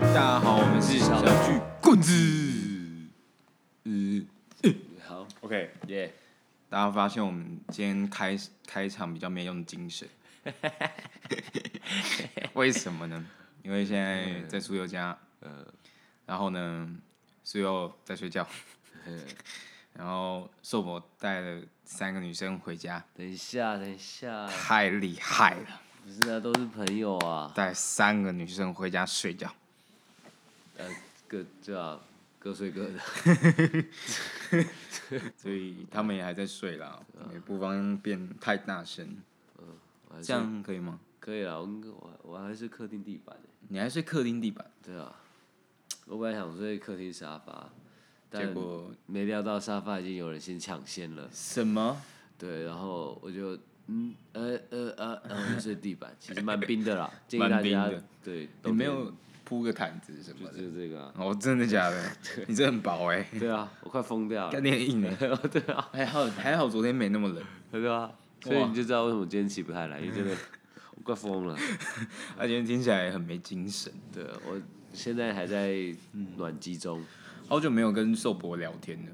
大家好，我们是小巨棍子。嗯，好 OK，耶大家发现我们今天开开场比较没用精神， 为什么呢？因为现在在苏佑家，呃然后呢，苏佑在睡觉，呃然后寿伯带了三个女生回家，等一下，等一下，太厉害了，不是啊，都是朋友啊，带三个女生回家睡觉。呃，各对啊，各睡各的。 所以他们也还在睡啦，也不方便太大声，呃我还是这样可以吗？可以啦，啊我应该我我还是客厅地板的，你还睡客厅地板，对啊。我本来想睡客厅沙发，结但果没料到沙发已经有人先抢先了，什么？对，然后我就嗯呃呃呃，然后就睡地板，其实蛮 冰的啦，建议大蛮冰家的对，都你没有铺个毯子什就么的？就这个啊，哦，真的假 的？你真的很薄哎，对啊，我快疯掉 了干，点硬欸的。对啊。还 好还好，昨天没那么冷，对啊，所以你就知道为什么今天起不太来，因 为真的我快疯了。而且啊听起来很没精神。对，我现在还在暖机中。好久没有跟寿伯聊天了，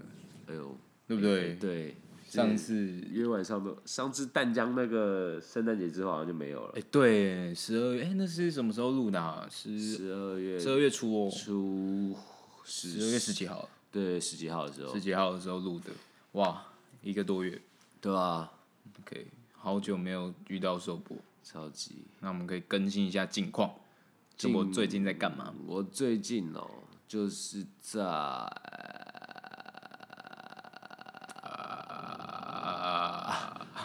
哎呦，对不对？对，上次嗯因为晚上都上次淡江那个圣诞节之后好像就没有了哎，，对，十二月哎，那是什么时候录的啊？十十二月十二月初哦，初十二月十几号，对十几号的时候十，几号的时候录的。哇，一个多月。对啊， OK，好久没有遇到寿伯，超级。那我们可以更新一下近况。寿伯最近在干嘛？我最近哦，就是 在呃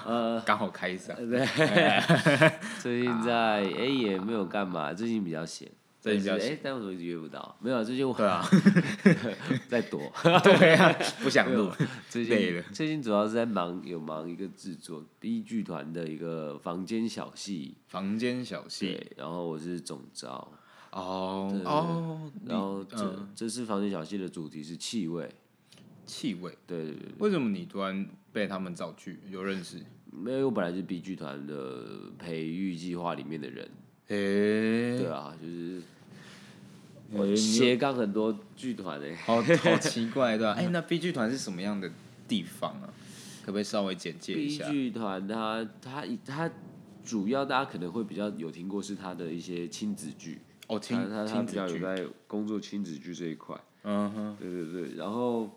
呃刚好开啊嗓， 最近在哎、也没有干嘛，最近比较闲。最近比较但是闲哎，但为什么一直约不到？没有啊，最近我对啊， 在躲。对啊，不想录，最累近了最近主要是在忙，有忙一个制作 B 剧团的一个房间小戏，房间小戏对，然后我是总招，哦哦，然后这、这次房间小戏的主题是气味，气味，对对对，为什么你突然被他们找去？有认识？因为我本来是 B 剧团的培育计划里面的人，对诶，啊，就是诶我斜杠很多剧团欸诶、 好好奇怪，对吧？哎，那 B 剧团是什么样的地方啊？可不可以稍微简介一 B 下？剧团它它它主要大家可能会比较有听过是它的一些亲子剧，哦，亲它它它亲比较子有剧，在工作亲子剧这一块。嗯哼，对对对，然后，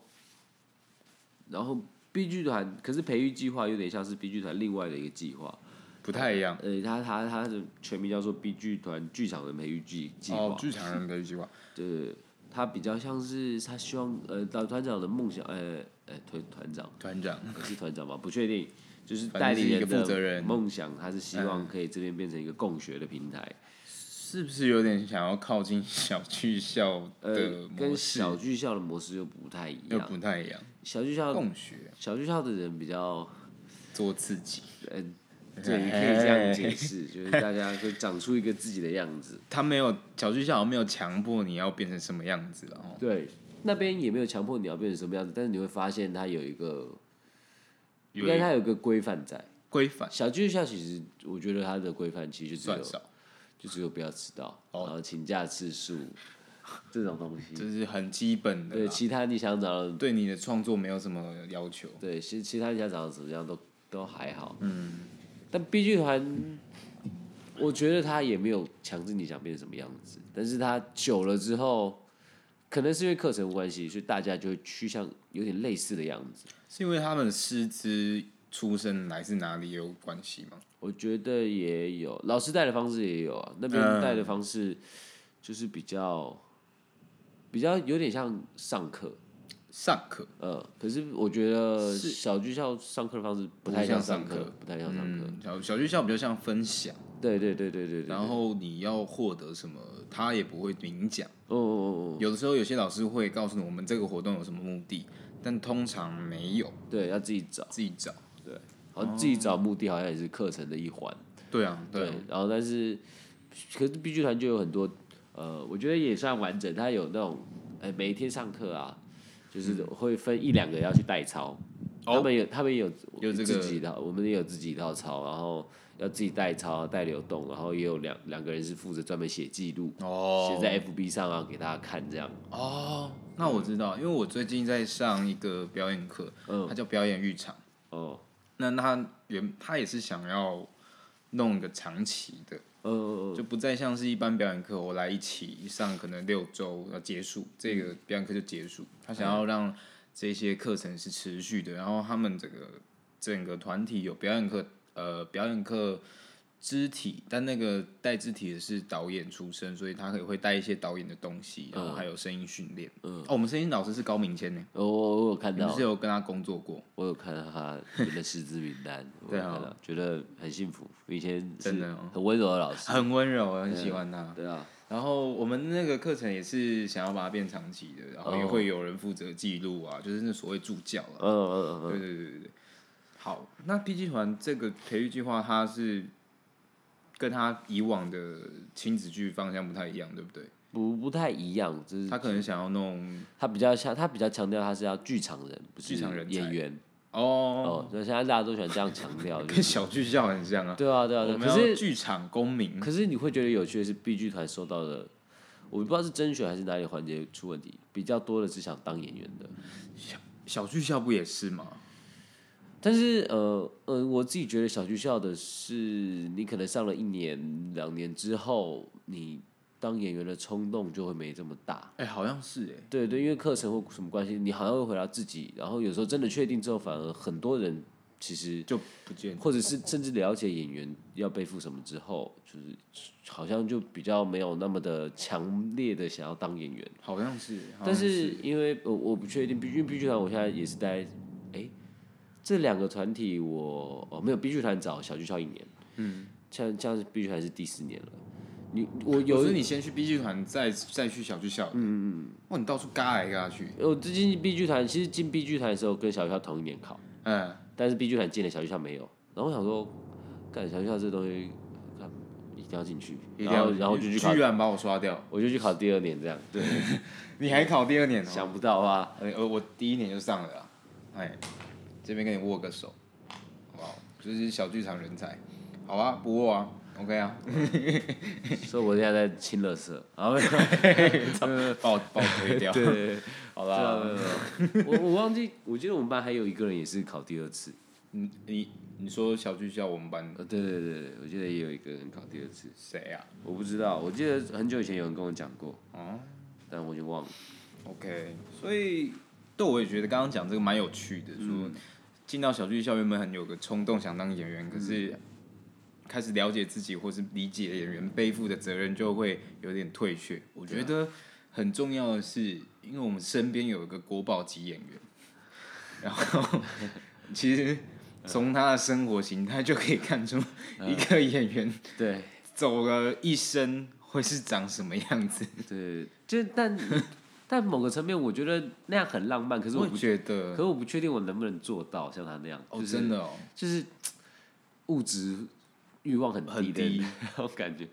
然后 B 剧团，可是培育计划有点像是 B 剧团另外的一个计划，不太一样。呃，它它它的全名叫做 B 剧团剧场的培育计计划，哦，剧场人的计划，对，它比较像是他希望呃，到团长的梦想，呃呃，团团长团长，是团长吗？不确定，就是反正代理是一人个负责的人嗯梦想，他是希望可以这边变成一个共学的平台，是不是有点想要靠近小剧校的呃，跟模式？小剧校的模式又不太一又样，不太一样，小剧校共学小剧校的人比较。做自己。嗯，对，你可以这样解释，就是大家会长出一个自己的样子。他没有小剧校好像没有强迫你要变成什么样子了哦。对，那边也没有强迫你要变成什么样子，但是你会发现它有一个，应有该它有一个规范在。规范小剧校其实，我觉得它的规范其实就只算有少，哦就只有不要迟到，然后请假 次数这种东西。这是很基本的对，啦。其他你想找到，对你的创作没有什么要求，对，其实其他你想找到怎么样都都还好。嗯，但 B 剧团。我觉得他也没有强制你想变成什么样子，但是他久了之后，可能是因为课程关系，所以大家就会趋向有点类似的样子。是因为他们的师资出身来自哪里有关系吗？我觉得也有，老师带的方式也有啊，那边嗯带的方式就是比较比较有点像上课，上课嗯，可是我觉得是小剧校上课的方式不不太像上像上课课，不太像上课。嗯小小剧校比较像分享，对对对对对对，然后你要获得什么，他也不会明讲。哦哦哦有的时候有些老师会告诉你我们这个活动有什么目的，但通常没有，哦，对，要自己找，自己找。好哦像自己找目的好像也是课程的一环。对啊，对对啊，，然后但是，可是 B 剧团就有很多，呃，我觉得也算完整，它有那种，呃，每一天上课啊，就是会分一两个要去代操，嗯哦他们有他们有有这个自己的，我们也有自己一套操，然后要自己代抄、代流动，然后也有两两个人是负责专门写记录，哦写在 FB 上啊给大家看这样。哦，那我知道，因为我最近在上一个表演课，嗯它叫表演浴场。哦，那他原他也是想要弄一个长期的，嗯嗯就不再像是一般表演课，我来一起上可能六周要结束，这个表演课就结束。他想要让这些课程是持续的，然后他们这个整个团体有表演课，呃，表演课肢体，但那个带肢体的是导演出身，所以他也会带一些导演的东西，然后还有声音训练。嗯，哦，我们声音老师是高明谦呢，嗯，我我有看你不到是，有跟他工作过？我有看到 他的师资名单，我对有啊看到，觉得很幸福。以前是真的哦很温柔的老师，很温柔，我很喜欢他。对啊，然后我们那个课程也是想要把它变长期的，然后也哦会有人负责记录啊，就是那所谓助教啊。嗯嗯嗯对对对对对。好，那 B 集团这个培育计划，它是跟他以往的亲子剧方向不太一样，对不对嗯？，不不太一样，就是他可能想要弄他比较像，他比较强调他是要剧场人，不是剧场人才演员。哦，哦，那现在大家都喜欢这样强 调，就跟是小剧校很像啊。对哦啊，对啊，对我啊。们可要是剧场公民，可是你会觉得有趣的是，B 剧团受到的，我不知道是甄选还是哪里环节出问题，比较多的是想当演员的。小剧校不也是吗？但是呃呃，我自己觉得小剧校的是，你可能上了一年两年之后，你当演员的冲动就会没这么大。哎、好像是哎、对对，因为课程或什么关系，你好像会回到自己，然后有时候真的确定之后，反而很多人其实就不见或者是甚至了解演员要背负什么之后，就是好像就比较没有那么的强烈的想要当演员。好像是，好像但啊是因为我我不确定，毕竟 B 剧团我现在也是待，哎、这两个团体我哦没有 B 剧团早小剧校一年，嗯，像像是 B 剧团是第四年了，你我有有时你先去 B 剧团，再再去小剧校。嗯嗯哇，你到处嘎来嘎去。我最近 B 剧团其实进 B 剧团的时候跟小剧校同一年考，嗯，但是 B 剧团进了小剧校没有，然后我想说，干小剧校这东西，干一定要进去，一定然要后然后就去考居然把我刷掉，我就去考第二年这样，对，你还考第二年哦？想不到啊吧？呃，呃我第一年就上了啦。哎，这边跟你握个手，好不好？就是小剧场人才，好啊，不握啊，OK 啊， 所以我现在在清垃圾，然 后没有把我把我推掉。对，好对啊啦，没有没有我我忘记，我记得我们班还有一个人也是考第二次，你你你说小剧校我们班呃，对对对对，我记得也有一个人考第二次，谁啊我不知道，我记得很久以前有人跟我讲过，哦但我已经忘了， ？OK，所以对我也觉得刚刚讲这个蛮有趣的，嗯说进到小剧校原本很有个冲动想当演员，可嗯是开始了解自己或是理解演员背负的责任，就会有点退却。我觉啊得很重要的是，因为我们身边有一个国宝级演员，然 后其实从他的生活形态就可以看出嗯一个演员对走了一生会是长什么样子。对，就 但但某个层面，我觉得那样很浪漫，可是我我不，觉可得是我不确定我能不能做到像他那样，哦，就是真的哦，就是物质欲望很很低的低。然后感觉，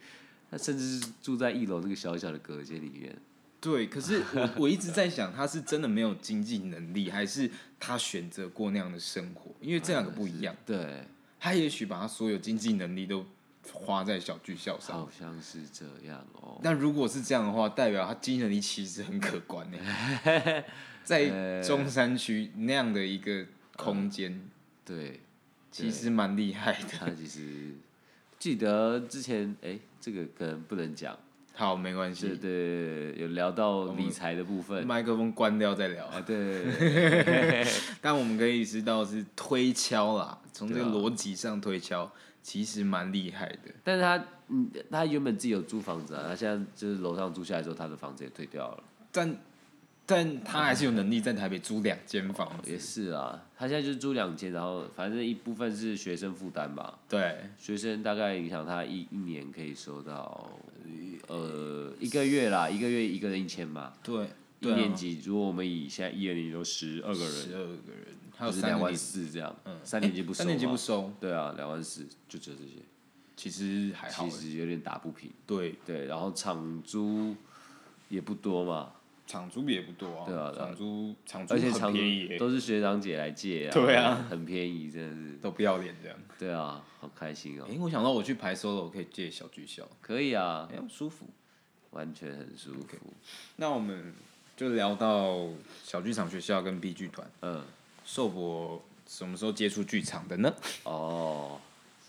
他甚至是住在一楼那个小小的隔间里面。对，可是我我一直在想，他是真的没有经济能力，还是他选择过那样的生活？因为这两个不哎一样，对，他也许把他所有经济能力都花在小巨校上。好像是这样哦。但如果是这样的话，代表他经济能力其实很可观 呢，呃在中山区那样的一个空间，对，其实蛮厉害的。他其实记得之前，哎，这个可能不能讲。好，没关对系，对，有聊到理财的部分。麦克风关掉再聊。啊，对， 但我们可以知道是推敲啦，从这个对啊逻辑上推敲，其实蛮厉害的。但是他，嗯，他原本自己有租房子啊，他现在就是楼上租下来之后，他的房子也退掉了，但但他还是有能力在台北租两间房也子，是啊，他现在就租两间，然后反正一部分是学生负担吧，对，学生大概影响他一一年可以收到，呃，一个月啦，一个月一个人一千嘛。对，啊一年级，如果我们以现在一二年级都十二个人，十二个人，还有就是三两个万年四这样。三年级不收、嗯三年级不。收，对啊，两万四就只有这些，其实还好其，实有点打不平。对，对，然后场租也不多嘛，场租也不多啊，对啊对啊场租场租而且很长便宜耶，都是学长姐来借 啊，对啊，很便宜，真的是，都不要脸这样。对啊，好开心哦、哎、我想到我去排 solo 可以借小巨校，可以啊哎、，舒服。完全很舒服，那我们就聊到小剧场学校跟 B 剧团，嗯，寿博什么时候接触剧场的呢？哦，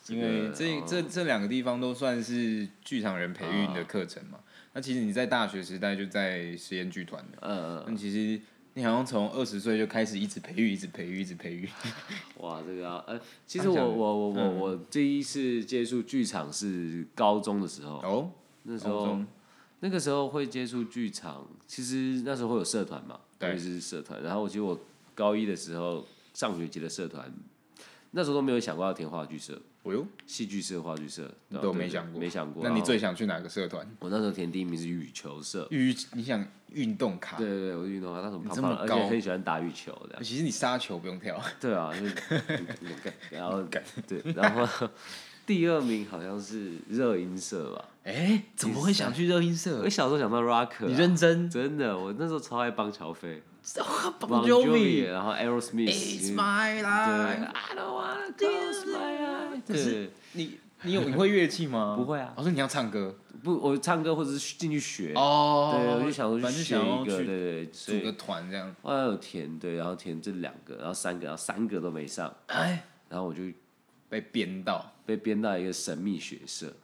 这因个为这哦这这两个地方都算是剧场人培育嗯的课程嘛。那其实你在大学时代就在实验剧团了，嗯那其实你好像从二十岁就开始一直培育，一直培育，一直培育。嗯，哇，这个要呃，其他实我讲的嗯我我我我第一次接触剧场是高中的时候，哦，那时高候中那个时候会接触剧场，其实那时候会有社团嘛，对我也是社团。然后我记得我高一的时候，上学期的社团，那时候都没有想过要填话剧社、我哦哟，戏剧社、话剧社，你对都对没对想过没想过。那你然后最想去哪个社团？我那时候填第一名是羽球社，运你想运动卡对？对对，我是运动啊，那时候你胖这胖么的，而高且很喜欢打羽球的。 其实你杀球不用跳，对啊，就是 然后对，然后 第二名好像是热音社吧。哎、怎么会想去热音社我？小时候想到 rocker，啊、你认真真的，我那时候超爱邦乔飞。哦 Bon Jovi， Jovi 然后 Aerosmith，嗯 my 对，I don't wanna close my eyes，可是对，你你有你会乐器吗？哦不会啊我说你要唱歌不，我唱歌或者是进去学，哦对，我就想说反去正学想要一个，对去对，对所组个以团这样。后来有填对，然后填这两个，然后三个，然后三个都没上，哎，然后我就被编到被编到一个神秘学社，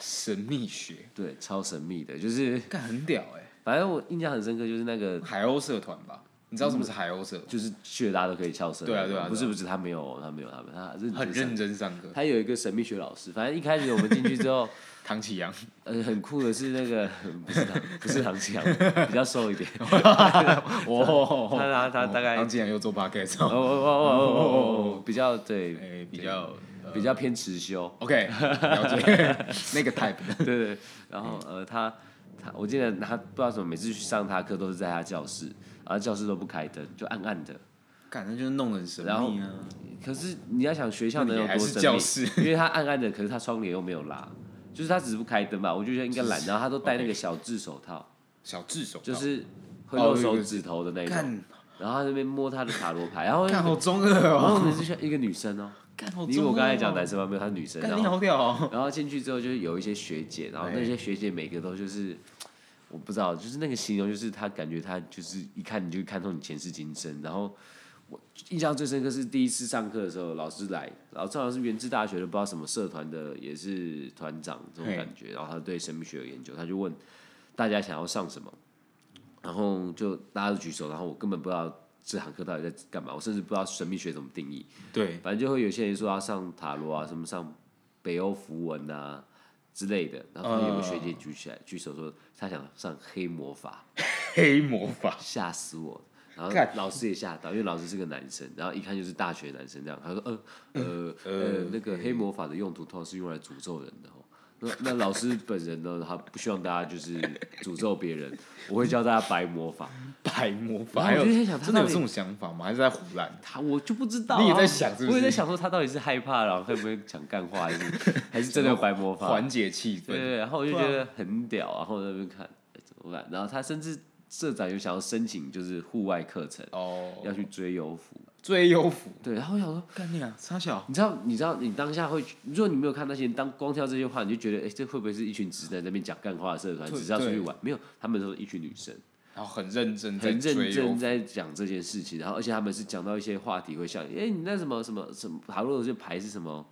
神秘学，对，超神秘的，就是干很屌哎、反正我印象很深刻，就是那个海鸥社团吧？你知道什么是海鸥社？就是去了大家都可以翘身，对啊对啊对啊不是不是，他没有他没有他没有他认很真上认真上课。他有一个神秘学老师，反正一开始我们进去之后。唐启 阳，呃，很酷的是那个不是唐不是唐启阳，比较瘦一 点。哦，他他他大概唐哦启阳又做 podcast，哦哦哦哦哦哦，比 较哎、对，比较比较偏持修。 OK，了 解那个 type。对对，然后呃，他他我记得他不知道什么，每次去上他课都是在他教室，然后教室都不开灯，就暗暗的。感觉就是弄得很神秘啊，可是你要想学校能有还多是神教秘，室，因为他暗暗的，可是他窗帘又没有拉，就是他只是不开灯吧，我就觉得应该懒。然后他都戴那个小智手套，小智手套就是会哦露有手有指头的那种。干然后他在那边摸他的塔罗牌，然后干好中二然哦，后你是像一个女生哦，干好中二哦因为我刚才讲男，生嘛，没有他是女生，干然你后好屌哦，然后进去之后就是有一些学姐，然后哎那些学姐每个都就是我不知道，就是那个形容就是她感觉她就是一看你就看透你前世今生，然后。我印象最深刻是第一次上课的时候，老师来，然后正好像是源自大学的，不知道什么社团的，也是团长这种嘿感觉。然后他对神秘学有研究，他就问大家想要上什么，然后就大家都举手，然后我根本不知道这堂课到底在干嘛，我甚至不知道神秘学怎么定义。 对，反正就会有些人说要上塔罗啊，什么上北欧符文啊之类的。然后突然有个学姐举起来、举手说，她想上黑魔法，黑魔法，吓死我！然后干老师也吓到，因为老师是个男生，然后一看就是大学男生这样。他说：“呃呃呃，那个黑魔法的用途通常是用来诅咒人的哦。那那老师本人呢，他不希望大家就是诅咒别人，我会教大家白魔法。白魔法，还然后有我就在想他真的有到底这种想法吗？还是在胡乱？他我就不知道、啊，你也在想是不是我也在想说他到底是害怕，然后会不会讲干话，还是还是真的有白魔法？缓解气对氛，对，然后我就啊觉得很屌，啊然后在那边看、哎怎么办？然后他甚至社长有想要申请就是户外课程，哦，要去追游服。最优抚，对，然后我想说，干你啊，傻小，你知道，你知道，你当下会，如果你没有看那些人当光挑这些话，你就觉得，哎，这会不会是一群直男在那边讲干话的社团，对只是要出去对玩？没有，他们都是一群女生。然后很认真，很认真在，哦在讲这件事情，然后而且他们是讲到一些话题，会像，哎、你那什么什么什么塔罗的这牌是什么？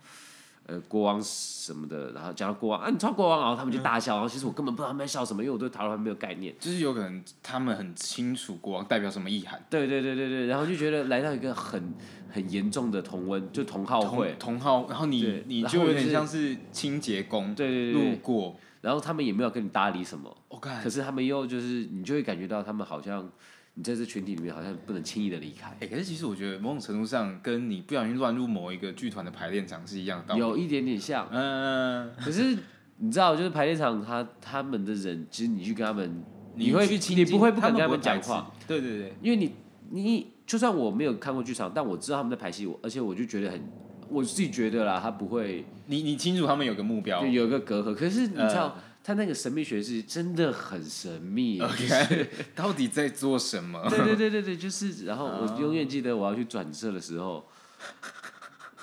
呃，国王什么的，然后讲到国王啊，你知道国王，然后他们就嗯大笑，然后其实我根本不知道他们在笑什么，因为我对塔罗牌没有概念。就是有可能他们很清楚国王代表什么意涵，对对对对对，然后就觉得来到一个很很严重的同温，就同好会同，同号，然后你对你然就后有就点是像是清洁工，对对对路哎对，过，哦然后他们也没有跟你搭理什么，我看可，是他们又就是你就会感觉到他们好像你在这群体里面好像不能轻易的离开哎、，可是其实我觉得某种程度上，跟你不小心乱入某一个剧团的排练场是一样的道理。有一点点像。嗯，可是你知道，就是排练场他他们的人，其实你去跟他们，你会去亲你近，不会不他敢跟他不会们讲排斥话，。对对对，因为你你就算我没有看过剧场，但我知道他们在排戏，我而且我就觉得很，我自己觉得啦，他不会你你清楚他们有个目标就，有一个隔阂。可是你知道，他那个神秘学是真的很神秘。呃 OK，到底在做什么？ 对对对对对，就是，然后哦我永远记得我要去转社的时候，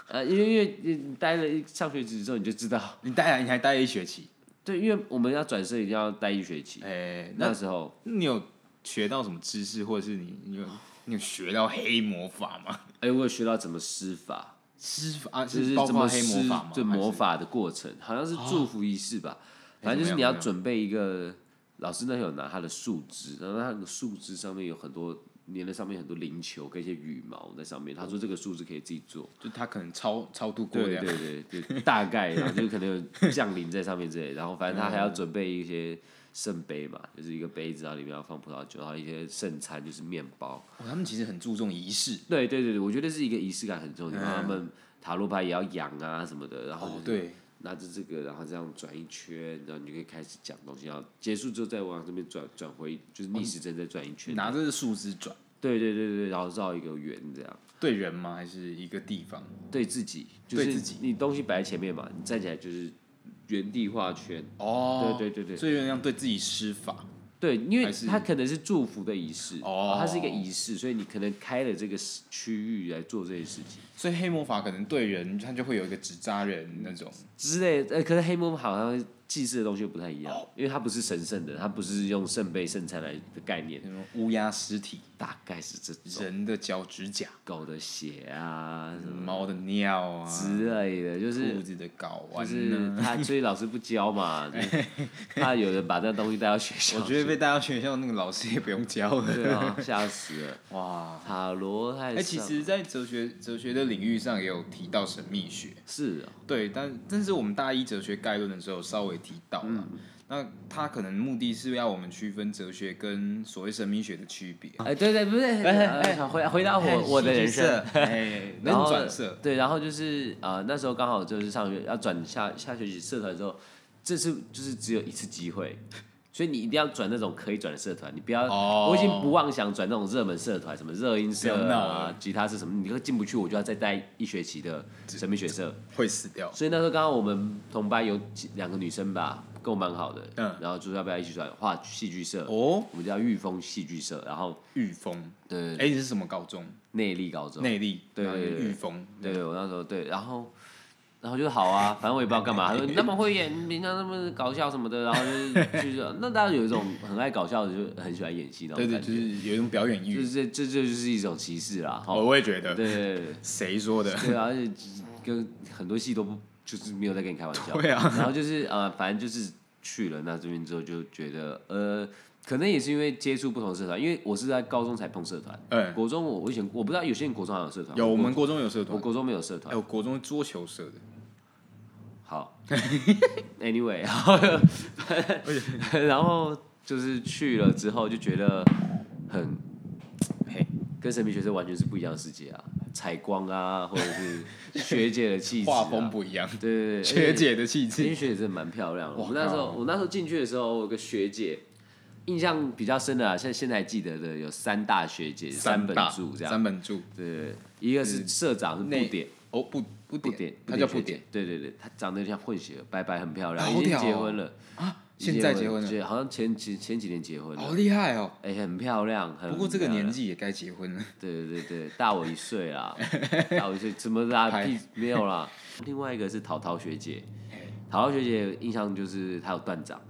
呃，因为因为你待了一上学期之后你就知道，你待了，你还待了一学期，对，因为我们要转社一定要待一学期，哎、那那时候你有学到什么知识，或者是你你有你有学到黑魔法吗？哎、我有学到怎么施法，施法啊，就是包怎括么黑魔施法吗？对还是哦魔法的过程，好像是祝福仪式吧，反正就是你要准备一个，老师那天有拿他的树枝，然后他那个树枝上面有很多粘在上面很多灵球跟一些羽毛在上面，他哦说这个树枝可以自己做。就他可能超超度过对量，对对，就大概，然后就可能有降临在上面之类，然后反正他还嗯要准备一些圣杯嘛，就是一个杯子，然后里面要放葡萄酒，然后一些圣餐就是面包。哦，他们其实很注重仪式。对对对对，我觉得是一个仪式感很重要，然后他们塔罗牌也要养啊什么的，然嗯后哦，就是对，拿着这个，然后这样转一圈，然后你就可以开始讲东西，然后结束之后再往这边转转回，就是逆时针再转一圈。拿着树枝转，对对对对，然后绕一个圆这样。对人吗？还是一个地方？对自己，就对是自己你东西摆在前面嘛，你站起来就是原地画圈。哦，对对对对所以有点像对自己施法。对，因为还是它可能是祝福的仪式，哦它是一个仪式，所以你可能开了这个区域来做这些事情所以黑魔法可能对人，他就会有一个纸扎人那种。之类的。呃，可是黑魔好像祭祀的东西又不太一样，哦因为它不是神圣的，它不是用圣杯圣餐来的概念，什么乌鸦尸体、大概是这种人的脚趾甲、狗的血啊什么猫的尿啊、之类的，就是嗯兔子的睾就丸是啊。他，所 以老师不教嘛，就是怕有人把这东西带到学校我去。觉得被带到学校那个老师也不用教了。对啊，吓死 了！哇！塔罗太哎、上其实，在哲学哲学的领域上也有提到神秘学，是啊，对，但但是我们大一哲学概论的时候有稍微提到了，嗯那它可能目的是要我们区分哲学跟所谓神秘学的区别。哎，对对，不是，哎呃回回到我我的人生，， 哎，能然后转色，对，然后就是呃，那时候刚好就是上学要转下下学期社团之后，这次就是只有一次机会，所以你一定要转那种可以转的社团，你不要，哦我已经不妄想转那种热门社团，什么热音社不要闹啊了、吉他社什么，你都进不去，我就要再待一学期的神秘学社。会死掉。所以那时候刚好我们同班有几两个女生吧，跟我蛮好的，嗯然后就说要不要一起转话戏剧社，哦，我们叫御风戏剧社，然后御风，对哎，你是什么高中？内力高中，内力，对然后对对御风，对我那时候对，然后然后就好啊，反正我也不知道干嘛，他说你那么会演，你平常那么搞笑什么的，然后就是就是那大家有一种很爱搞笑的，就很喜欢演戏那对对，种感就觉，是有一种表演就欲。是这这这就是一种歧视啦，好，我我也觉得，对对对谁说的？对啊，而且跟很多戏都不就是没有在跟你开玩笑，对啊，然后就是呃，反正就是去了那这边之后就觉得呃，可能也是因为接触不同的社团，因为我是在高中才碰社团，嗯，国中我我以前我不知道有些人国中还有社团，有我国们国中有社我团，国中没有社团哎，，我国中桌球社的，好 ，anyway，然 后然后就是去了之后就觉得很嘿，跟神秘学生完全是不一样的世界啊，采光啊，或者是学姐的气质、啊，哎画风不一样，对对对，学而且姐的气这些质，学姐真的蛮漂亮的。哇我那时候靠我那时候进去的时候，我有个学姐，印象比较深的啊，现在现在还记得的有三大学姐，三本大柱这样。三本柱，对，一个是社长是内布点，哦不不布点点，，他叫布不点点学姐，对对对，她长得像混血儿，白白很漂亮，好已经屌哦结婚了，啊，已经现在结婚了，结好像前前前几年结婚好了，厉害哦！哎，很漂亮，很不过这个年漂亮，纪也该结婚了，对对对对，大我一岁啦，大我一岁，怎么啦？拍屁没有啦。另外一个是淘淘学姐，哎淘淘学姐印象就是她有断掌。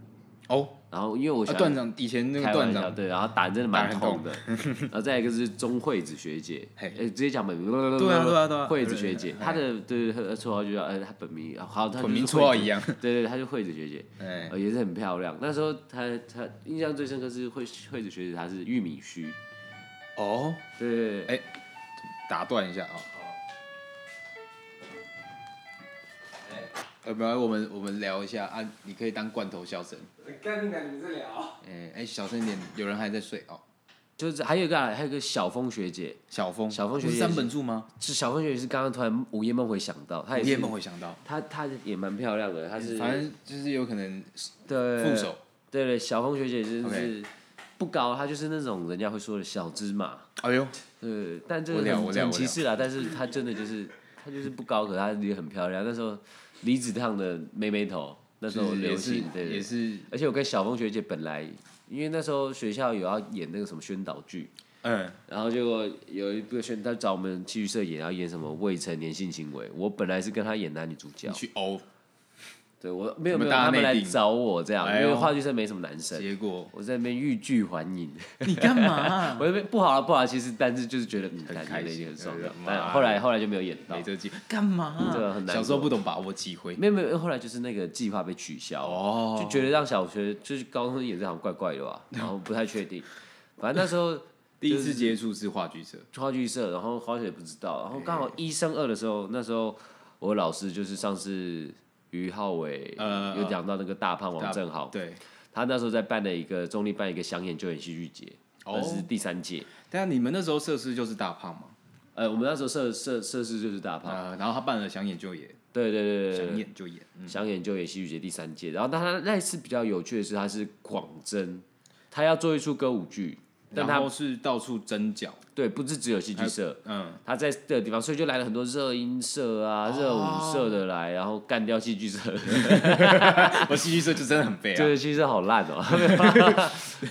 哦，然后因为我啊想段长以前那个开段玩笑，长，对，然后打人真的蛮痛的。然后再一个是钟慧子学姐，嘿哎，直接讲本名，对啊对啊对啊慧子学姐对，啊她的对她的绰号就叫呃，她本名好，她本名就是绰号惠子一样，对对，她就慧子学姐，哎，呃，也是很漂亮。那时候她她印象最深刻是慧慧子学姐，她是玉米须，哦，对对对哎打断一下啊。哎呃，本来我们我们聊一下啊，你可以当罐头小声，跟你们这聊，哎哎，小声一点，有人还在睡哦。就是还有一个啊还有一个小峰学姐，小峰，小峰学不是姐三本柱吗？是小峰学姐是刚刚突然午夜梦回想到，她我也也是没会想到，她她也蛮漂亮的，她是嗯呃反正就是有可能对副手对对，小红学姐真 OK 是不高，她就是那种人家会说的小芝麻。哎呦，对，但这我个了很我了很我歧了视啦。但是她真的就是她就是不高，可她也很漂亮。那时候离子烫的妹妹头，那时候就是也流是行，对也对。是，而且我跟小峰学姐本来，因为那时候学校有要演那个什么宣导剧，嗯，然后结果有一个宣，他找我们戏剧社演，要演什么未成年性行为。我本来是跟他演男女主角你，去欧，对我没有什么没有，大他们内来定找我这样，哎因呦为话剧社没什么男生，结果我在那边欲拒还迎。你干嘛？ 我那边不好了啊不好了，其实但是就是觉得嗯，很感觉开那心天很爽对的对，但妈后来后来就没有演到没。这机干嘛？啊对很难小时候不懂把握机会没有没有，后来就是那个计划被取消，哦就觉得让小学就是高中也是好像怪怪 的吧，然后不太确定。反正那时候第一次接触是话剧社，话剧社，然后滑雪不知道，然后刚好一升二的时候，那时候我老师就是上次于浩伟呃有讲到那个大胖王正好浩，对，他那时候在办了一个中立办一个想演就演戏剧节，哦那是第三届。但你们那时候设施就是大胖嘛，呃，我们那时候设设设施就是大胖，啊，然后他办了想演就演，对对对对对想演就演，嗯，想演就演戏剧节第三届，然后但他那一次比较有趣的是，他是广征，他要做一出歌舞剧，但然他后是到处征脚，对不是只有戏剧社，嗯，他在这个地方，所以就来了很多热音社啊、热哦舞社的来，然后干掉戏剧社，啊我戏剧社就真的很废 就啊，是戏剧社好烂 哦、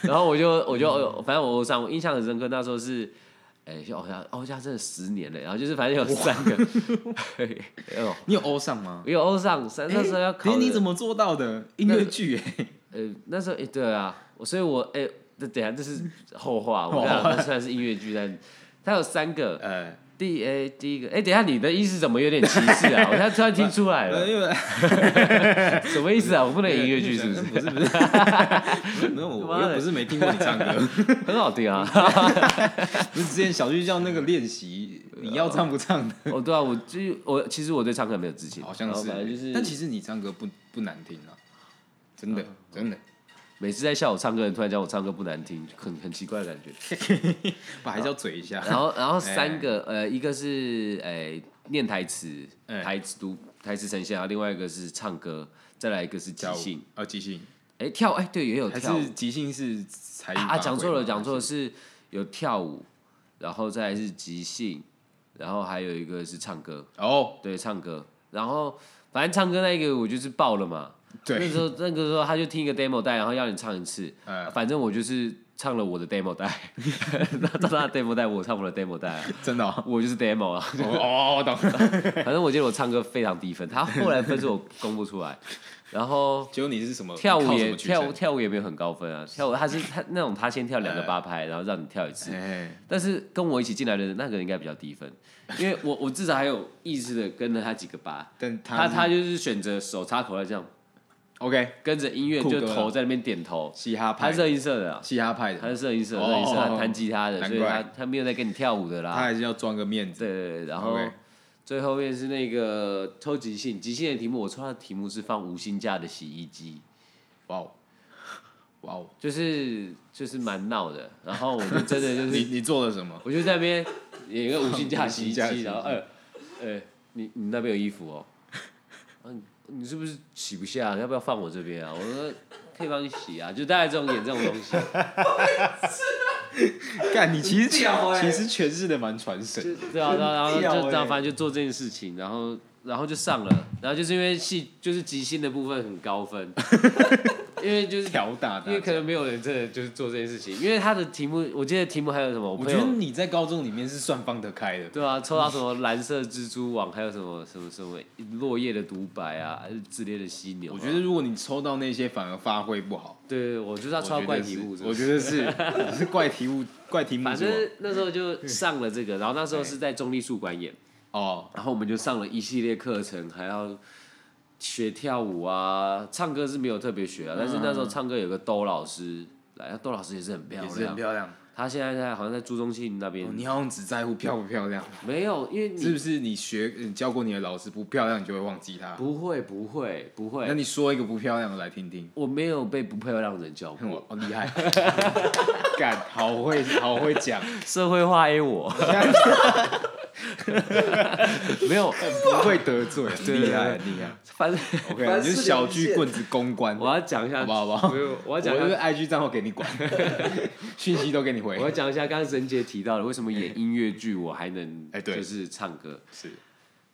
然后我就我就反正我上我印象很深刻，那时候是。哎，就好像哦，这样真的十年了。然后就是反正有三个，嘿哎呦，你有欧上吗？有欧上三那时候要考诶的。哎你怎么做到的？音乐剧哎，呃，那时候哎、对啊，我所以我哎、这等一下 这是后话，我讲那虽然是音乐剧，但它有三个。呃，第哎、第一个哎、等一下你的意思怎么有点歧视 啊？我现在突然听出来了，因为什么意思啊？我不能音乐剧 是不是？不是不是，那我我又不是没听过你唱歌， 很好听啊！不是之前小剧叫那个练习，你要唱不 唱的？哦，对啊，我就我其实我对唱歌没有自信，好像是然后反正就，是，但其实你唱歌不不难听啊，真的真的，每次在笑我唱歌的人突然讲我唱歌不难听，很很奇怪的 感觉。把还是要嘴一下。然后然后哎三个呃，一个是哎、念台词，哎台词读台词呈现，然后另外一个是唱歌，再来一个是即跳舞兴，啊，即兴哎、跳哎、对也有还跳舞是即兴是才艺啊啊，发挥讲错吗了，讲错了，是有跳舞，然后再来是即兴，然后还有一个是唱歌，哦，对，唱歌，然后反正唱歌那一个我就是爆了嘛，那对，时候那个时候他就听一个 demo 带，然后要你唱一次，啊呃，反正我就是唱了我的 demo 带， 他唱他的 demo 带，我唱我的 demo 带、啊，真的 哦，我就是 demo 啊，哦哦，我懂 了。反正我觉得我唱歌非常低分，他后来分数我公布出来，然后。结果你是什么跳舞靠什也么取跳舞胜跳舞也没有很高分啊，跳舞他是他那种他先跳两个八拍，然后让你跳一次，哎，但是跟我一起进来的那个人应该比较低分，因为我我至少还有意识的跟了他几个八，但他是他就是选择手插口袋这样 OK 跟着音乐酷哥就啊头在那边点头，嘻哈他派是，热音社的啊，嘻哈派的他，是热音社，哦热音社他弹吉他的，难所怪以他他没有在跟你跳舞的他啦，还是要装个面子。对对对，然后 OK 最后面是那个抽即兴，即兴的题目我抽到的题目是放无薪假的洗衣机。哇哦，哇哦，就是就是蛮闹的，然后我就真的就你是，你做了什么？我就在那边演一个五 星假洗衣放五星机，架然后呃呃，你你那边有衣服哦，嗯、你是不是洗不下？要不要放我这边啊？我说可以帮你洗啊，就大概这种演这种东西， 干，你其实 屌欸其实诠释的蛮传神。就对啊，对啊然后屌就欸然后反正就做这件事情，然后然后就上了，然后就是因为戏就是即兴的部分很高分，因为就是。调大因的。为啊可能没有人真的就是做这件事情，因为他的题目，我记得题目还有什么？我我朋觉得友你在高中里面是算放得开的，对啊，抽到什么蓝色蜘蛛网，还有什么什么什么落叶的独白啊，还是自恋的犀牛我啊、觉得如果你抽到那些，反而发挥不好。对，对，对我就是要抽我到觉怪得题是目是不我是，觉得是你是怪题目，怪题目反是吗正那时候就上了这个，然后那时候是在中立术馆演，哦，然后我们就上了一系列课程，还要学跳舞啊，唱歌是没有特别学啊，嗯但是那时候唱歌有个兜老师来，那兜老师也是很漂也是很亮，嗯漂亮。他现在在好像在朱宗庆那边哦，你好像只在乎漂不漂亮，没有，因为是你不是？你学你教过你的老师不漂亮，你就会忘记他。不会不会不那会，你说一个不漂亮的来听听，我没有被不漂亮的人教过，我好厉害， 干，好会好会讲，社会化 A 我。 没有，不会得罪，啊厉害厉害。反正 OK，凡你事就是小留巨线棍子公关，我要讲一下，好不好好不好没有我要我讲一就是下， IG 账号给你 管，讯息都给你回我。要讲一下，刚刚沈姐提到的，为什么演音乐剧我还能，哎对就是唱歌。是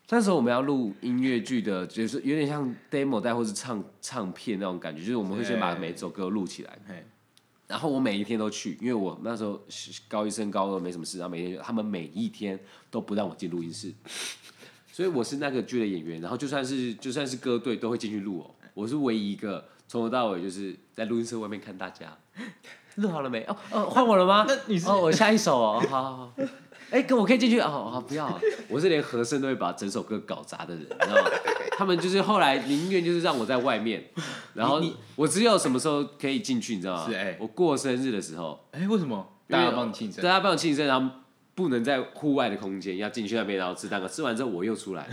那时候我们要录音乐剧的，就是有点像 demo 带或是唱唱片那种感觉，就是我们会先把对每一首歌录起来嘿，然后我每一天都去，因为我那时候是高一升高二没什么事，然后每天就他们每一天都不让我进录音室， 所以我是那个剧的演员，然后就算是就算是歌队都会进去录哦，我是唯一一个从头到尾就是在录音室外面看大家。录好了没？哦哦，换我了吗？那你是哦，我下一首哦，好好好。 哎、哥，我可以进去哦，好，不要、啊，我是连和声都会把整首歌搞砸的人，你 知道吗？他们就是后来宁愿就是让我在外面，然后我只有什么时候可以进去，你知道吗？是哎我过生日的时候，哎、为什么因为啊大家帮你庆生？大家帮我庆生，然后不能在户外的空间，要进去那边，然后吃蛋糕，吃完之后我又 出来。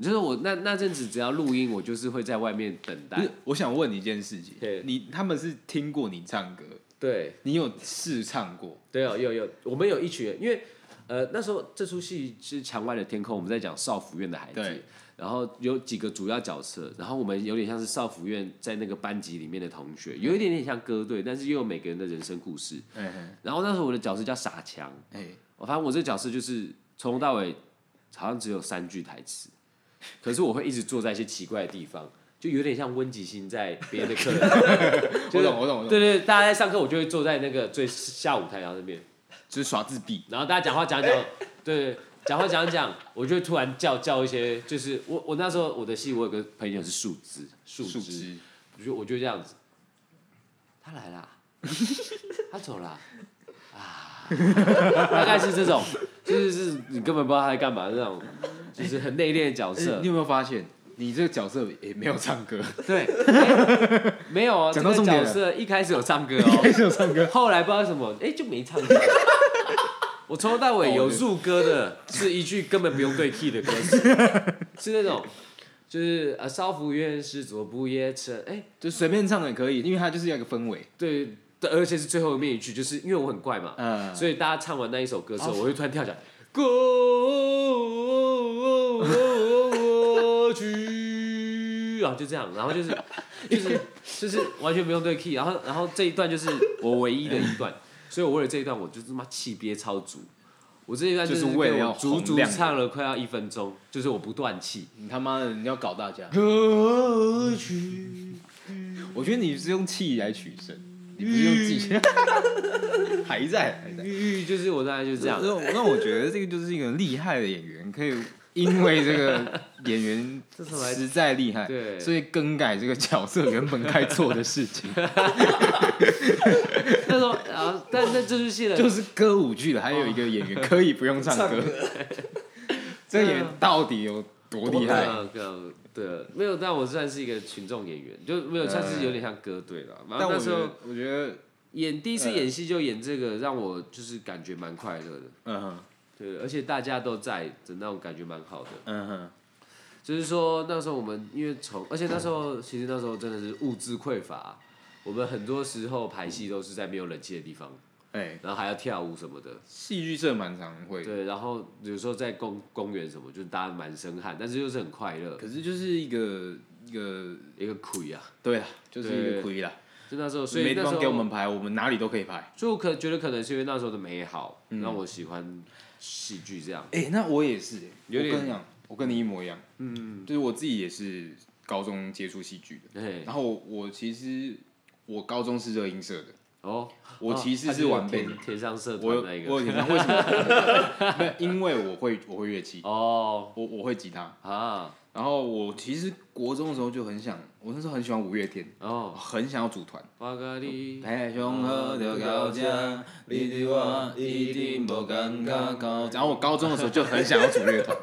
就是我那那阵子只要录音，我就是会在外面等不待是。，我想问你一件事情嘿，你他们是听过你唱歌，对你有试唱过？对哦，有有，我们有一群人，因为呃那时候这出戏是《墙外的天空》，我们在讲少府院的孩子对，然后有几个主要角色，然后我们有点像是少府院在那个班级里面的同学，有一点点像歌队，但是又有每个人的人生故事。哎、嘿然后那时候我的角色叫傻强，哎、我反正我这个角色就是从头到尾好像只有三句台词，可是我会一直坐在一些奇怪的地方，就有点像温吉星在别人的课堂，就我是懂我懂我懂，对对，大家在上课，我就会坐在那个最下午太阳那边，就是耍自闭。然后大家讲话讲讲，对对，讲话讲讲，我就会突然叫叫一些，就是我我那时候我的戏，我有个朋友是树枝，树树枝，枝，我就我就这样子，他来啦， 他走啦，啊，大概是这种，就是是你根本不知道他在干嘛那种，就是很内敛的角哎色你，有没有发现，你这个角色也没有唱 歌，对，哎没有哦，这讲到个重点角了色一开始有唱歌哦，没有唱歌，后来不知道什么，哎就没唱歌。 我从头到尾有入歌的，是一句根本不用对 key 的歌词，是那种，就是啊，少府院是左不夜城，哎、就随便唱也可以，因为它就是要一个氛围。对，对而且是最后面一句，就是因为我很怪嘛，嗯哦所以大家唱完那一首歌之后，我会突然跳起来，过去，然后就这样，然后就是就是就是完全不用对 key，然后然后这一段就是我唯一的一段，所以我为了这一段，我就是他妈气憋超足。我这一段就是是为了被我要足洪足亮唱了快要一分钟，就是我不断气。你他妈的，你要搞大家！歌曲，我觉得你是用气来取胜，你不是用自己。 还在，还在。就是我大概就是这样。那我那我觉得这个就是一个厉害的演员，可以因为这个演 员这是我来实在厉害，对所以更改这个角色原本该做的事情，那时候，然后但那这出戏 的就是歌舞剧了。还有一个演员可以不 用唱歌，这个演员到底有多厉害？各各对，没有，但我算是一个群众演员，就没有算是有点像歌队了。然但后我那觉时候得，我觉得，演第一次演戏就演这个，让我就是感觉蛮快乐的。嗯哼，对，而且大家都在的那种感觉蛮好的。嗯哼，就是说那时候我们因为从，而且那时候其实那时候真的是物资匮乏，我们很多时候排戏都是在没有冷气的地方，哎，然后还要跳舞什么的。戏剧社蛮常会，对，然后有时候在公公园什么，就是大家蛮生汗，但是就是很快乐，可是就是一个一个，一个苦呀。对啦，就是一个亏啦，就那时候，所以没地那时方候给我们拍，我们哪里都可以拍。所以我可觉得可能是因为那时候的美好，嗯让我喜欢戏剧这样。哎、那我也是、欸，有点我跟你讲，我跟你一模一样。嗯，就是我自己也是高中接触戏剧的，哎，然后我我其实我高中是热音社的，哦，我其哦实啊是玩 band，、他就是天天上社我有团那一个。我有点为什么？ 没有，因为我会我会乐器，哦我我会吉他，啊然后我其实国中的时候就很想，我那时候很喜欢五月天，哦，很想要组团。瓦格里太雄喝着高粱，你对我一定不感觉高。然后我高中的时候就很想要组乐团，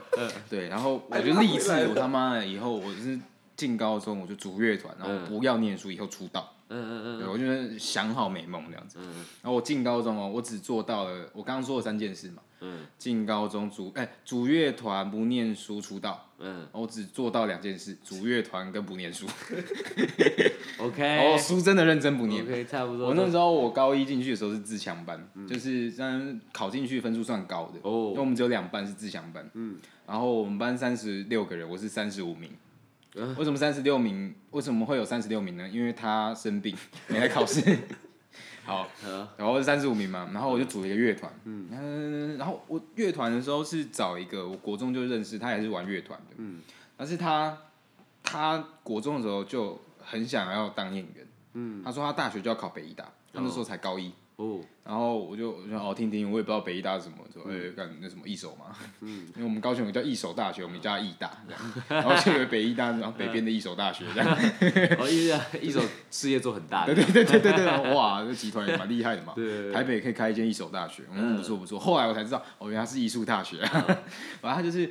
对，然后我就立志，我他妈的以后我就是进高中我就组乐团，然后不要念书，以后出道。嗯嗯对，嗯我就是想好美梦这样子。嗯然后我进高中哦，我只做到了我刚刚说的三件事嘛，嗯进高中组哎组乐团不念书出道，嗯然后我只做到两件事，组乐团跟不念书。哦， ，OK 书真的认真不念。 OK，差不多。我那时候我高一进去的时候是自强班，就是当然考进去分数算高的，哦因为我们只有两班是自强班，嗯然后我们班三十六个人，我是三十五名。嗯为什么三十六名？为什么会有三十六名呢？因为他生病没来考试， 好，然后三十五名嘛，然后我就组了一个乐团，嗯，然后我乐团的时候是找一个我国中就认识，他也是玩乐团的，嗯，但是他他国中的时候就很想要当演员，嗯，他说他大学就要考北医大，他那时候才高一，哦，然后我就我就好听听，我也不知道北医大是什么，说哎干那什么一手嘛，嗯， 因为我们高雄有叫一手大学，我们也叫它义大，这样然后就以为北医大，然后北边的一手大学这样，哦，一一种事业做很大的， 对对对对对，哇，这集团也蛮厉害的嘛，对台北也可以开一间一手大学，嗯，不错不错。后来我才知道，哦，原来是艺术大学。 然后他就是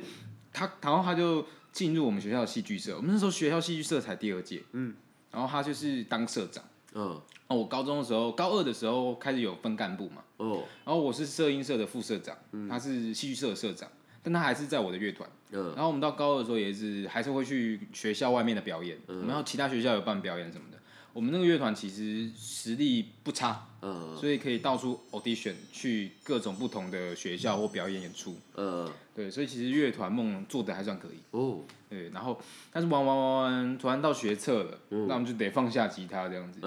他，然后他就进入我们学校的戏剧社。我们那时候学校戏剧社才第二届，嗯，然后他就是当社长。嗯，哦，我高中的时候，高二的时候开始有分干部嘛，哦，然后我是社音社的副社长，他是戏剧社的社长，但他还是在我的乐团。嗯，然后我们到高二的时候也是还是会去学校外面的表演，嗯然后其他学校有办表演什么的。我们那个乐团其实实力不差，嗯，所以可以到处 audition 去各种不同的学校或表演演出。嗯，对，所以其实乐团梦做的还算可以。哦，对，然后但是玩玩玩玩，突然到学测了，嗯那我们就得放下吉他这样 子。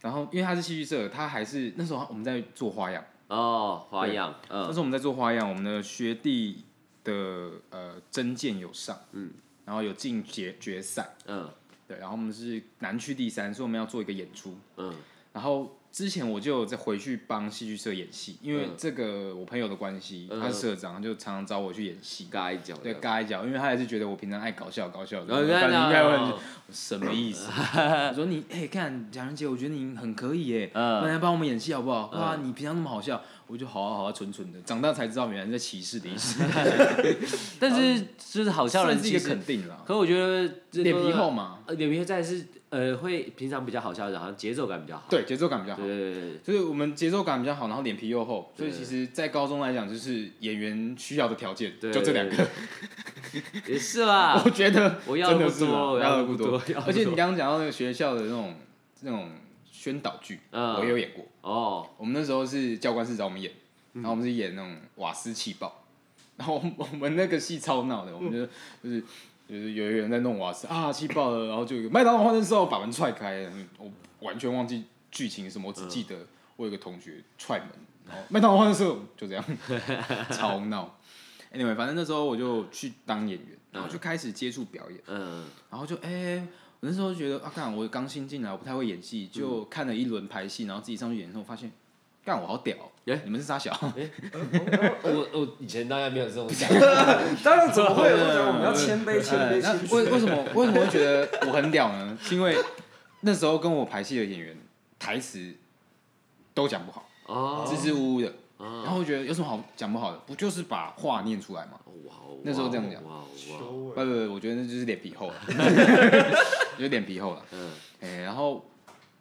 然后因为他是戏剧社，他还是那时候我们在做花样，哦，花样，那嗯，时候我们在做花样，我们的学弟的呃真剑有上，嗯，然后有进决决赛，嗯，对，然后我们是南区第三，所以我们要做一个演出，嗯，然后之前我就有再回去帮戏剧社演戏，因为这个我朋友的关系，嗯他是社长，他就常常找我去演戏。嘎一脚的，对，嘎一脚，因为他也是觉得我平常爱搞笑，搞笑的，然哦后你反看正到应该会很什么意思？ 我说你，哎、看蒋仁杰，我觉得你很可以耶，嗯那来帮我们演戏好不好？嗯哇，你平常那么好笑，我就好啊好啊，蠢蠢的，长大才知道原来是在歧视的意 思，但是就是好笑算人是其一个肯实，定啦，可我觉得这脸皮厚，嘛，呃，脸皮厚再是呃会平常比较好笑，然后节奏感比较好，对，节奏感比较好对。对对就是我们节奏感比较好，然后脸皮又厚，所以对其实，在高中来讲，就是演员需要的条件对就这两个。 对，也是啦我，觉得我要的真的不是啊啦多，我要的不不多多，要的不而且你多刚刚讲到那个学校的那种那种宣导剧，嗯我也有演过。哦，我们那时候是教官是找我们演，然后我们是演那种瓦斯气爆，然后我们我们那个戏超闹的，我们就就是就是有一个人在弄瓦斯啊气爆了，然后就有一个麦当劳花生烧把门踹开，我完全忘记剧情是什么，我只记得我有个同学踹门，然后麦当劳花生烧就这样 超闹。Anyway，反正那时候我就去当演员，然后就开始接触表演。嗯然后就哎、我那时候觉得啊，干我刚新进来，我不太会演戏，嗯就看了一轮排戏，然后自己上去演之后，发现干我好屌、哎你们是傻小，我我以前大概没有这种想当然怎么会？我想我们要谦卑，谦卑，谦哎为为什么为什么会觉得我很屌呢？是因为那时候跟我排戏的演员台词都讲不好，哦，支支吾吾的，哦然后我觉得有什么好讲不好的？不就是把话念出来吗？哇哦，那时候这样讲哇哦哇哦，不修不哎，不，我觉得那就是脸皮 厚了，就是脸皮厚了。嗯哎、然后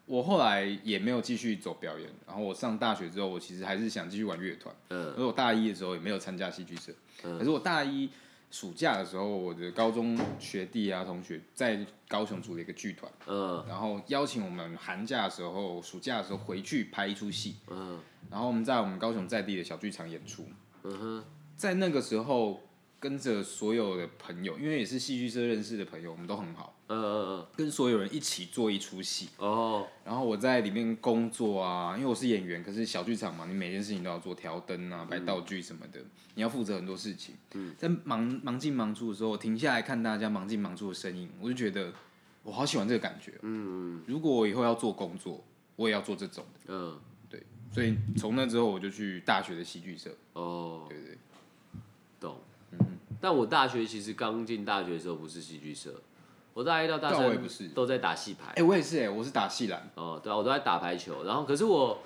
我后来也没有继续走表演。然后我上大学之后，我其实还是想继续玩乐团。嗯可是我大一的时候也没有参加戏剧社。嗯可是我大一暑假的时候，我的高中学弟啊同学在高雄组了一个剧团，嗯然后邀请我们寒假的时候、暑假的时候回去拍一出戏，嗯然后我们在我们高雄在地的小剧场演出。嗯哼在那个时候，跟着所有的朋友，因为也是戏剧社认识的朋友，我们都很好，嗯嗯嗯跟所有人一起做一出戏。哦然后我在里面工作啊，因为我是演员，可是小剧场嘛，你每件事情都要做，调灯啊、摆道具什么的，你要负责很多事情。在忙忙进忙出的时候，我停下来看大家忙进忙出的身影，我就觉得我好喜欢这个感觉。嗯，如果我以后要做工作，我也要做这种的。嗯对，所以从那之后我就去大学的戏剧社，哦，对不对？懂。但我大学其实刚进大学的时候不是戏剧社，我大一到大但我也三不是都在打戏牌哎、。我也是哎、我是打戏篮，哦，对啊，我都在打排球。然后可是我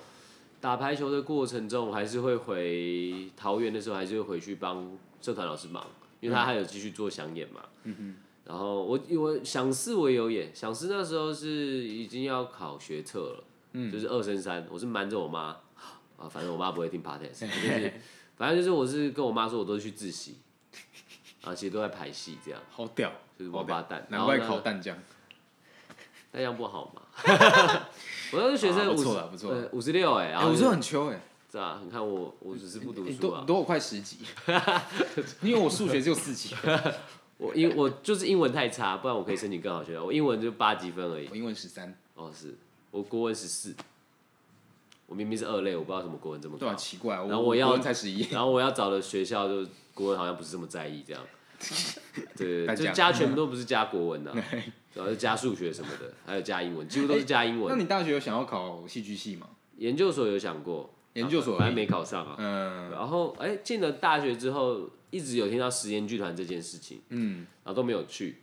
打排球的过程中，我还是会回桃园的时候，还是会回去帮社团老师忙，因嗯为他还有继续做想演嘛。嗯然后我我想四我也有演，想四那时候是已经要考学测了，嗯，就是二升三，我是瞒着我妈啊，反正我妈不会 听 podcast，我就是反正就是我是跟我妈说，我都去自习，啊，其实都在排戏这样，好屌，就是王八蛋。哦难然后怪呢考淡江。那样不 好嘛？我那个学生啊五不十、错啦不错啦五十六哎，然哎、后我就是很秋哎、是啊，你看我，我只是不读你书多啊你，多我快十 级，因为我数学只有四级，我英我就是英文太差，不然我可以申请更好学校。我英文就八几分而已我，英文十三。哦是，我国文十四，我明明是二类，我不知道什么国文这么对高啊，，奇怪，然后我要国文才十一，然后我要找的学校就国文好像不是这么在意 这样，对，该就讲加全部都不是加国文呐、啊，然后就加数学什么的，还有加英文，几乎都是加英哎那文。你大学有想要考戏剧系吗？研究所有想过，研究所而已反正没考上啊。嗯然后哎，进了大学之后，一直有听到实验剧团这件事情，嗯，然后都没有去。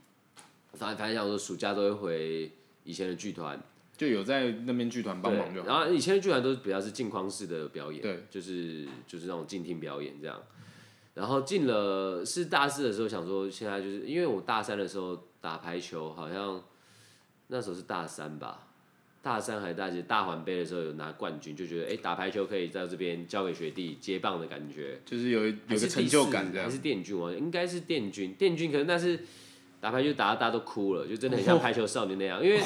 反正反正想说暑假都会回以前的剧团，就有在那边剧团帮对啊忙就好。然后以前的剧团都是比较是镜框式的表演，对，就是就是那种静听表演这样。然后进了是大四的时候，想说现在就是因为我大三的时候打排球，好像那时候是大三吧，大三还是大几大环杯的时候有拿冠军，就觉得哎、打排球可以在这边交给学弟接棒的感觉，就是有一有还一是个成第就四感这样还。是电军，我应该是电军，电军可能但是打排球打到大家都哭了，就真哦的很像排球少年那样，因为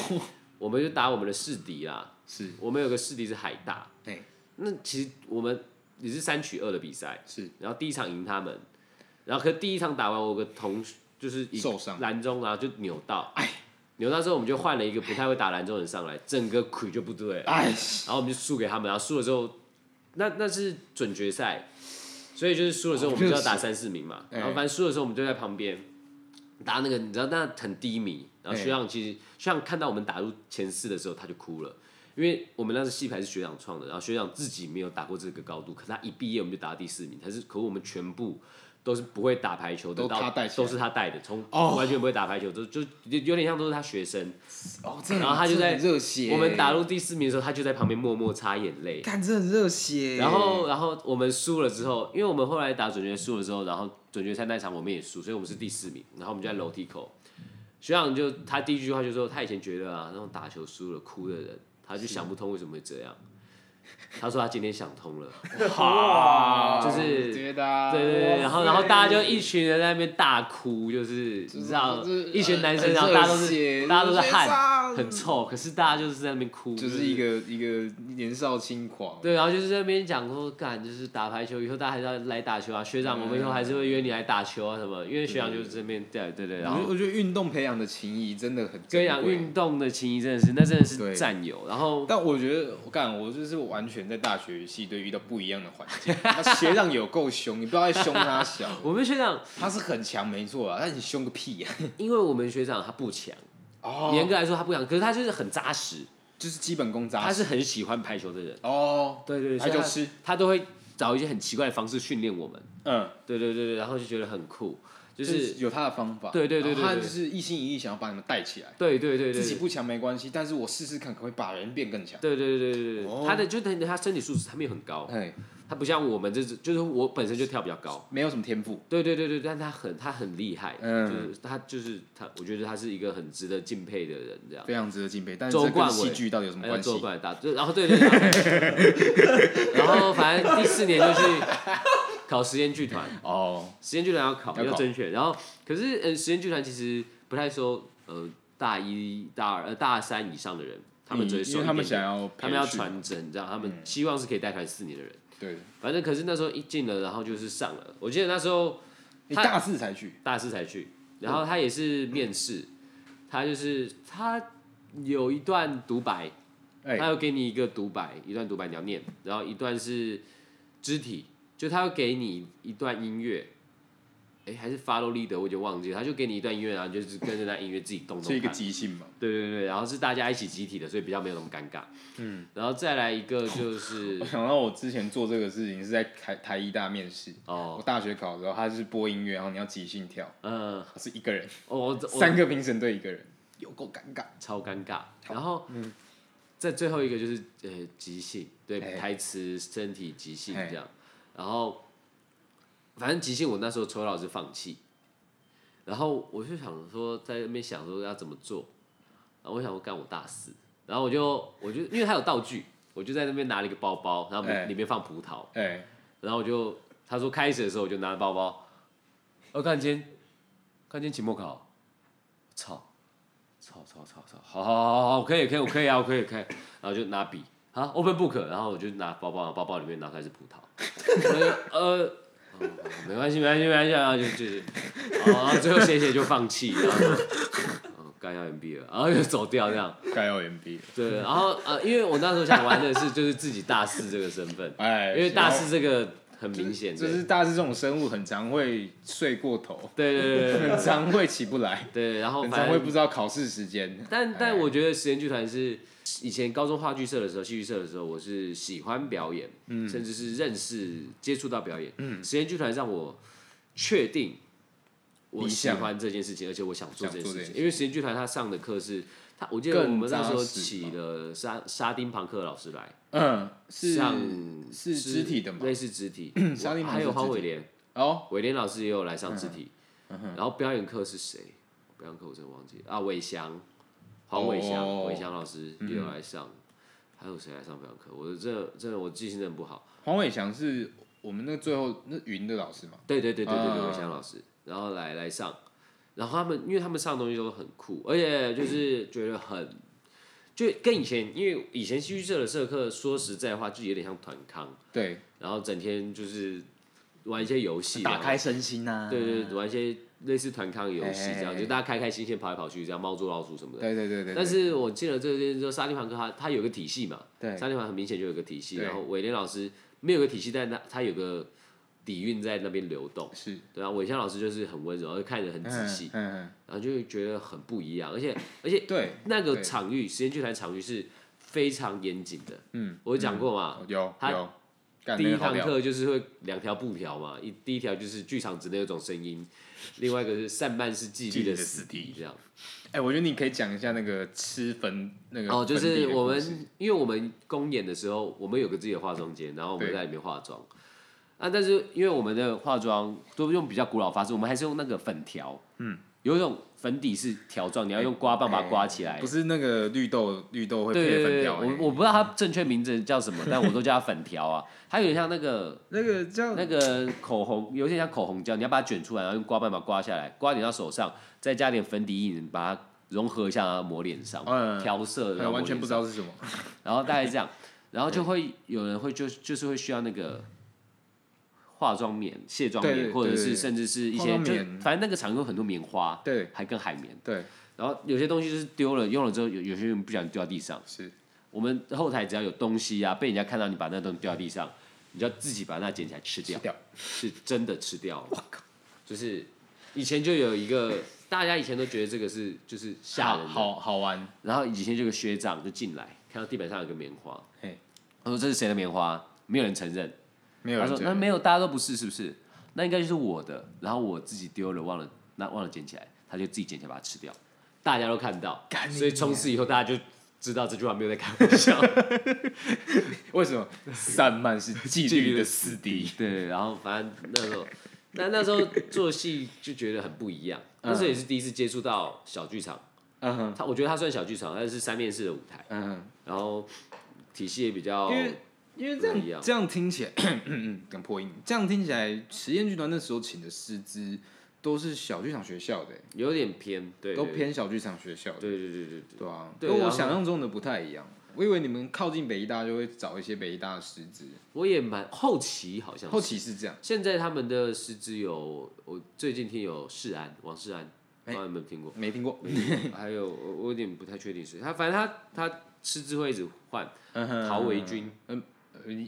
我们就打我们的市敌啦，是我们有个师弟是海大，对，那其实我们也是三取二的比赛，是，然后第一场赢他们，然后可第一场打完，我有个同学就是一受伤篮中啊就扭到，哎，扭到之后我们就换了一个不太会打篮中的人上来，整个腿就不对了，哎，然后我们就输给他们，然后输了之后，那那是准决赛，所以就是输了之后我们就要打三四名嘛，哦哎然后反正输的时候我们就在旁边打那个，你知道那很低迷，然后哎学长其实学长看到我们打入前四的时候他就哭了。因为我们那是戏牌是学长创的，然后学长自己没有打过这个高度，可是他一毕业我们就打到第四名，但是可我们全部都是不会打排球的，都到他带起都来是他带的，从哦完全不会打排球，就就有有点像都是他学生，哦，这很然后他就在这很热血，我们打入第四名的时候，他就在旁边默默擦眼泪。干这很热血，然嗯后，然后我们输了之后，因为我们后来打准决赛输了之后，然后准决赛那场我们也输，所以我们是第四名。然后我们就在楼梯口，学长就他第一句话就说，他以前觉得啊，那种打球输了哭的人，他就想不通为什么会这样。他说他今天想通 了，哇就是觉得啊对对哇对，塞然后然后大家就一群人在那边大哭，就是你知道，就是一群男生，很然后大家都热是血大家都是学汗，长很臭，可是大家就是在那边哭，就是一个一个年少轻狂。对，然后就是在那边讲说，干就是打排球，以后大家还是要来打球啊，学长，我们以后还是会约你来打球啊什么，因为学长就是这边对对对，然我觉得后我觉得运动培养的情谊真的很跟珍你讲贵。啊运动的情谊真的是，那真的对是战友，然后但我觉得，我干，我就是完全在大学系队遇到不一样的环境。他学长有够凶，你不要再凶他小，我们学长，他是很强没错啊，但你凶个屁呀、因为我们学长他不强，哦严格来说他不强，可是他就是很扎实，就是基本功扎他实。是很喜欢排球的人，哦，对对对，排所以球他痴，他都会找一些很奇怪的方式训练我们，嗯，对对对对，然后就觉得很酷，就就是有他的方法。对对对然对后他对就是一心一意想要把你们带起来。对对对对自己对。不强没关系，但是我试试看，可不可以把人变更强？对对对对对哦对，他的就等于他身体素质他没有很高，哎，他不像我们这，就是我本身就跳比较高。没有什么天赋。对对对对，但他很他很厉害，嗯就是他就是他，我觉得他是一个很值得敬佩的人，这样。非常值得敬佩，但是这周跟冠伟戏剧到底有什么还要关系做？过来打，就然后对对，对 然后反正第四年就去考实验剧团， 哦，实验剧团要考要考要甄选，然后可是呃实验剧团其实不太收呃大一大二呃大三以上的人，他们只会嗯因收为一他们点点想要培嗯他们要训传承，这样他们希望是可以带团四年的人，对，反正可是那时候一进了，然后就是上了，我记得那时候。你他大四才去，大四才去，嗯然后他也是面试，他就是他有一段独白，哎他要给你一个独白，一段独白你要念，然后一段是肢体，就他要给你一段音乐，哎，还是 follow leader，我已经忘记了，他就给你一段音乐，然后你就是跟着那音乐自己动是一个动看。即兴嘛。对对对，然后是大家一起集体的，所以比较没有那么尴尬。嗯，然后再来一个就是我想到我之前做这个事情是在台台医大面试，我哦，大学考的时候，他是播音乐，然后你要即兴跳，嗯，是一个人，我我三个评审对一个人，有够尴尬。超尴尬。然后，嗯在最后一个就是呃即兴，对哎台词、身体即兴哎这样。然后，反正即兴我那时候抽到的是放弃，然后我就想说在那边想说要怎么做，然后我想说干我大四，然后我就我就因为他有道具，我就在那边拿了一个包包，然后哎里面放葡萄，哎，然后我就他说开始的时候我就拿包包，我、看今天看今天期末考，操操操操操，好好好好好，可以可以我可以啊，我可以可以，然后就拿笔啊 open book，然后我就拿包包，然后包包里面拿出来是葡萄，我就呃。哦没关系，没关系，没关系，然后就就是，哦然后最后写一写就放弃，然后就，哦，干干掉 MB 了，然后就走掉这样。该要 MB 了。，对，然后呃，因为我那时候想玩的是就是自己大四这个身份哎，因为大四这个很明显的，就是大四这种生物很常会睡过头，对对对 对对很常会起不来，对，然后很哦反常会不正知道考试时间。但哎但我觉得实验剧团是以前高中话剧社的时候、戏剧社的时候，我是喜欢表演，嗯甚至是认识接触到表演，实验剧团让我确定我理喜想欢这件事情，而且我想做想这件做事这情，件因为实验剧团他上的课是。他我记得更我们那时候扎实请了沙沙丁庞克老师来，嗯，是嗯上是肢体的嘛，类似肢体沙丁庞克还有是肢黄体伟廉，哦，伟廉老师也有来上肢体，然后表演课是谁？表演课我真的忘记了啊，伟翔，黄伟哦翔，伟翔老师也有来上，还有谁来上表演课？我真的真的我记性真的不好。黄伟翔是我们那个最后那云的老师嘛？对对对对对对，啊伟翔老师，然后来来上，然后他们因为他们上的东西都很酷，而且就是觉得很。就跟以前，因为以前戏剧社的社课，说实在话，就有点像团康，对，然后整天就是玩一些游戏，然后身心呐对对，对玩一些类似团康的游戏这哎哎样，哎就大家开开心心跑来跑去，这样猫捉老鼠什么的。对对对对，但是我进了这边之后，沙利凡哥他他有个体系嘛，对沙利凡很明显就有个体系，对然后伟廉老师没有个体系，但他他有个底蕴在那边流动。是对啊，伟翔老师就是很温柔，而且看得很仔细，嗯，嗯然后就会觉得很不一样，而且而且嗯对，那个对场域时间剧团场域是非常严谨的。嗯，我有讲过嘛，有他有，干第那一个好堂聊课就是会两条布条嘛，一第一条就是剧场之内有种声音，另外一个是散漫是纪律的死纪律的敌这样。哎，我觉得你可以讲一下那个吃粉那个哦，就粉底是的我故事们因为我们公演的时候，我们有个自己的化妆间，然后我们对在里面化妆。啊，但是因为我们的化妆都用比较古老方式，我们还是用那个粉条，嗯，有一种粉底是条状，你要用刮棒把它刮起来哎不。是那个绿豆绿豆会对对配对粉对，条，哎欸我我不知道它正确名字叫什么，但我都叫它粉条啊，它有点像那个那个叫那个口红有点像口红胶，你要把它卷出来，然后用刮瓣把它刮下来，刮点到手上，再加点粉底液，把它融合一下，然后抹脸上，嗯调色，然哎后完全不知道，道是 什么，然后大概这样，然后就 会有人会就就是会需要那个化妆棉、卸妆对棉，对或者对是甚至是一化些妆就棉反正那个厂有很多棉花，对还跟海绵，对然后有些东西就是丢了用了之后，有有些人不小心丢到地上。是我们后台只要有东西啊，被人家看到你把那东西丢到地上，你就要自己把那捡起来吃吃掉。掉，是真的吃掉了。就是以前就有一个，大家以前都觉得这个是就是吓人的。好好玩，然后以前就有个学长就进来，看到地板上有个棉花嘿，他说这是谁的棉花？没有人承认。没有他人说觉那得没有，大家都不是，是不是？那应该就是我的。然后我自己丢了，忘了那忘了捡起来，他就自己捡起来把它吃掉，大家都看到干，你所以从此以后大家就知道这句话没有在开玩笑。为什么 散漫是纪律的死敌，对，然后反正那时候，那那时候做戏就觉得很不一样。那时候也是第一次接触到小剧场，嗯哼它我觉得它算小剧场，但是三面式的舞台，嗯哼。然后体系也比较因为因为这不一样样这样听起来，嗯等破音，这样听起来，实验剧团那时候请的师资都是小剧场学校的、欸有点偏，对，都，偏小剧场学校的，对对对对对啊，对跟然我后想象中的不太一样。我以为你们靠近北医大就会找一些北医大的师资，我也蛮后期好像是后期是这样，现在他们的师资有，我最近听有世安王世安，不哎知道你有没有听过？没听 过。还有我我有点不太确定是他，反正他他师资会一直换，嗯陶维军，呃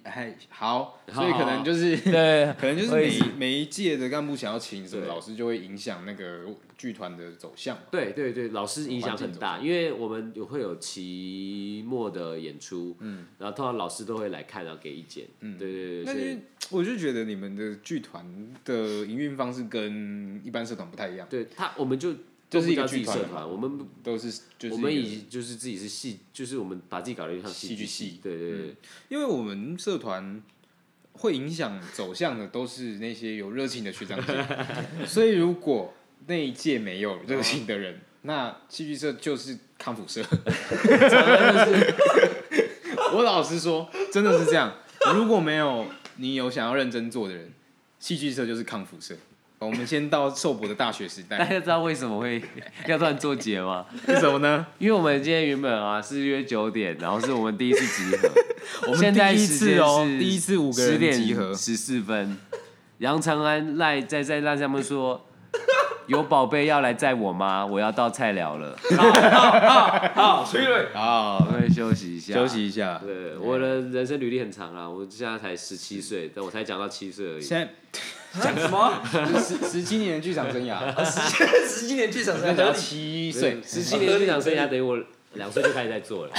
还好，好所以可能就是，对 可能就是我也是每每一届的干部想要请什么对老师，就会影响那个剧团的走向。对对对，老师影响环很境大，因为我们有会有期末的演出，嗯，然后通常老师都会来看，然后给意见，嗯，对对对，那所因以为我就觉得你们的剧团的营运方式跟一般社团不太一样，对他我们就就是一个都不叫自己剧团社嘛团，我们都是就是我们一个以就是自己是戏，就是我们把自己搞得就像戏剧剧系嗯对对对，因为我们社团会影响走向的都是那些有热情的学长 姐，所以如果那一届没有热情的人，那戏剧社就是康复 社。我老实说，真的是这样。如果没有你有想要认真做的人，戏剧社就是康复社。我们先到寿博的大学时 大代，家知道为什么会 要突然做结吗？ 是什么呢？因为我们今天原本啊是约九点，然后是我们第一次集 合，我们现在第一时次间哦是第一次五个人集合十四分。杨长安赖在在赖上面说， 有宝贝要来载我吗？我要到菜 鸟了，好，崔瑞，啊，我会休息一下，休息一下。对，我的人生履历很长啊，我现在才十七岁，但我才讲到七岁而已。现讲什么？在十十七年的剧场生 涯，十几年剧场那生讲到涯，七岁，十七年剧场生涯等于我两岁就开始在做 了。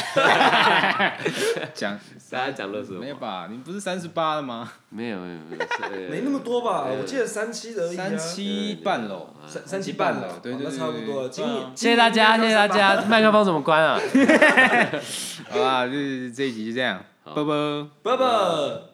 讲大家讲乐色没有吧？你不是三十八了吗？没有没有没有，没 没那么多吧？我记得三期而已啊，三七半喽，三三期半了，对对那对差不多了。对今对年谢谢大家，谢谢大， 家，麦克风怎么关啊？好吧，就是这一集就这样，好啵啵。拜拜。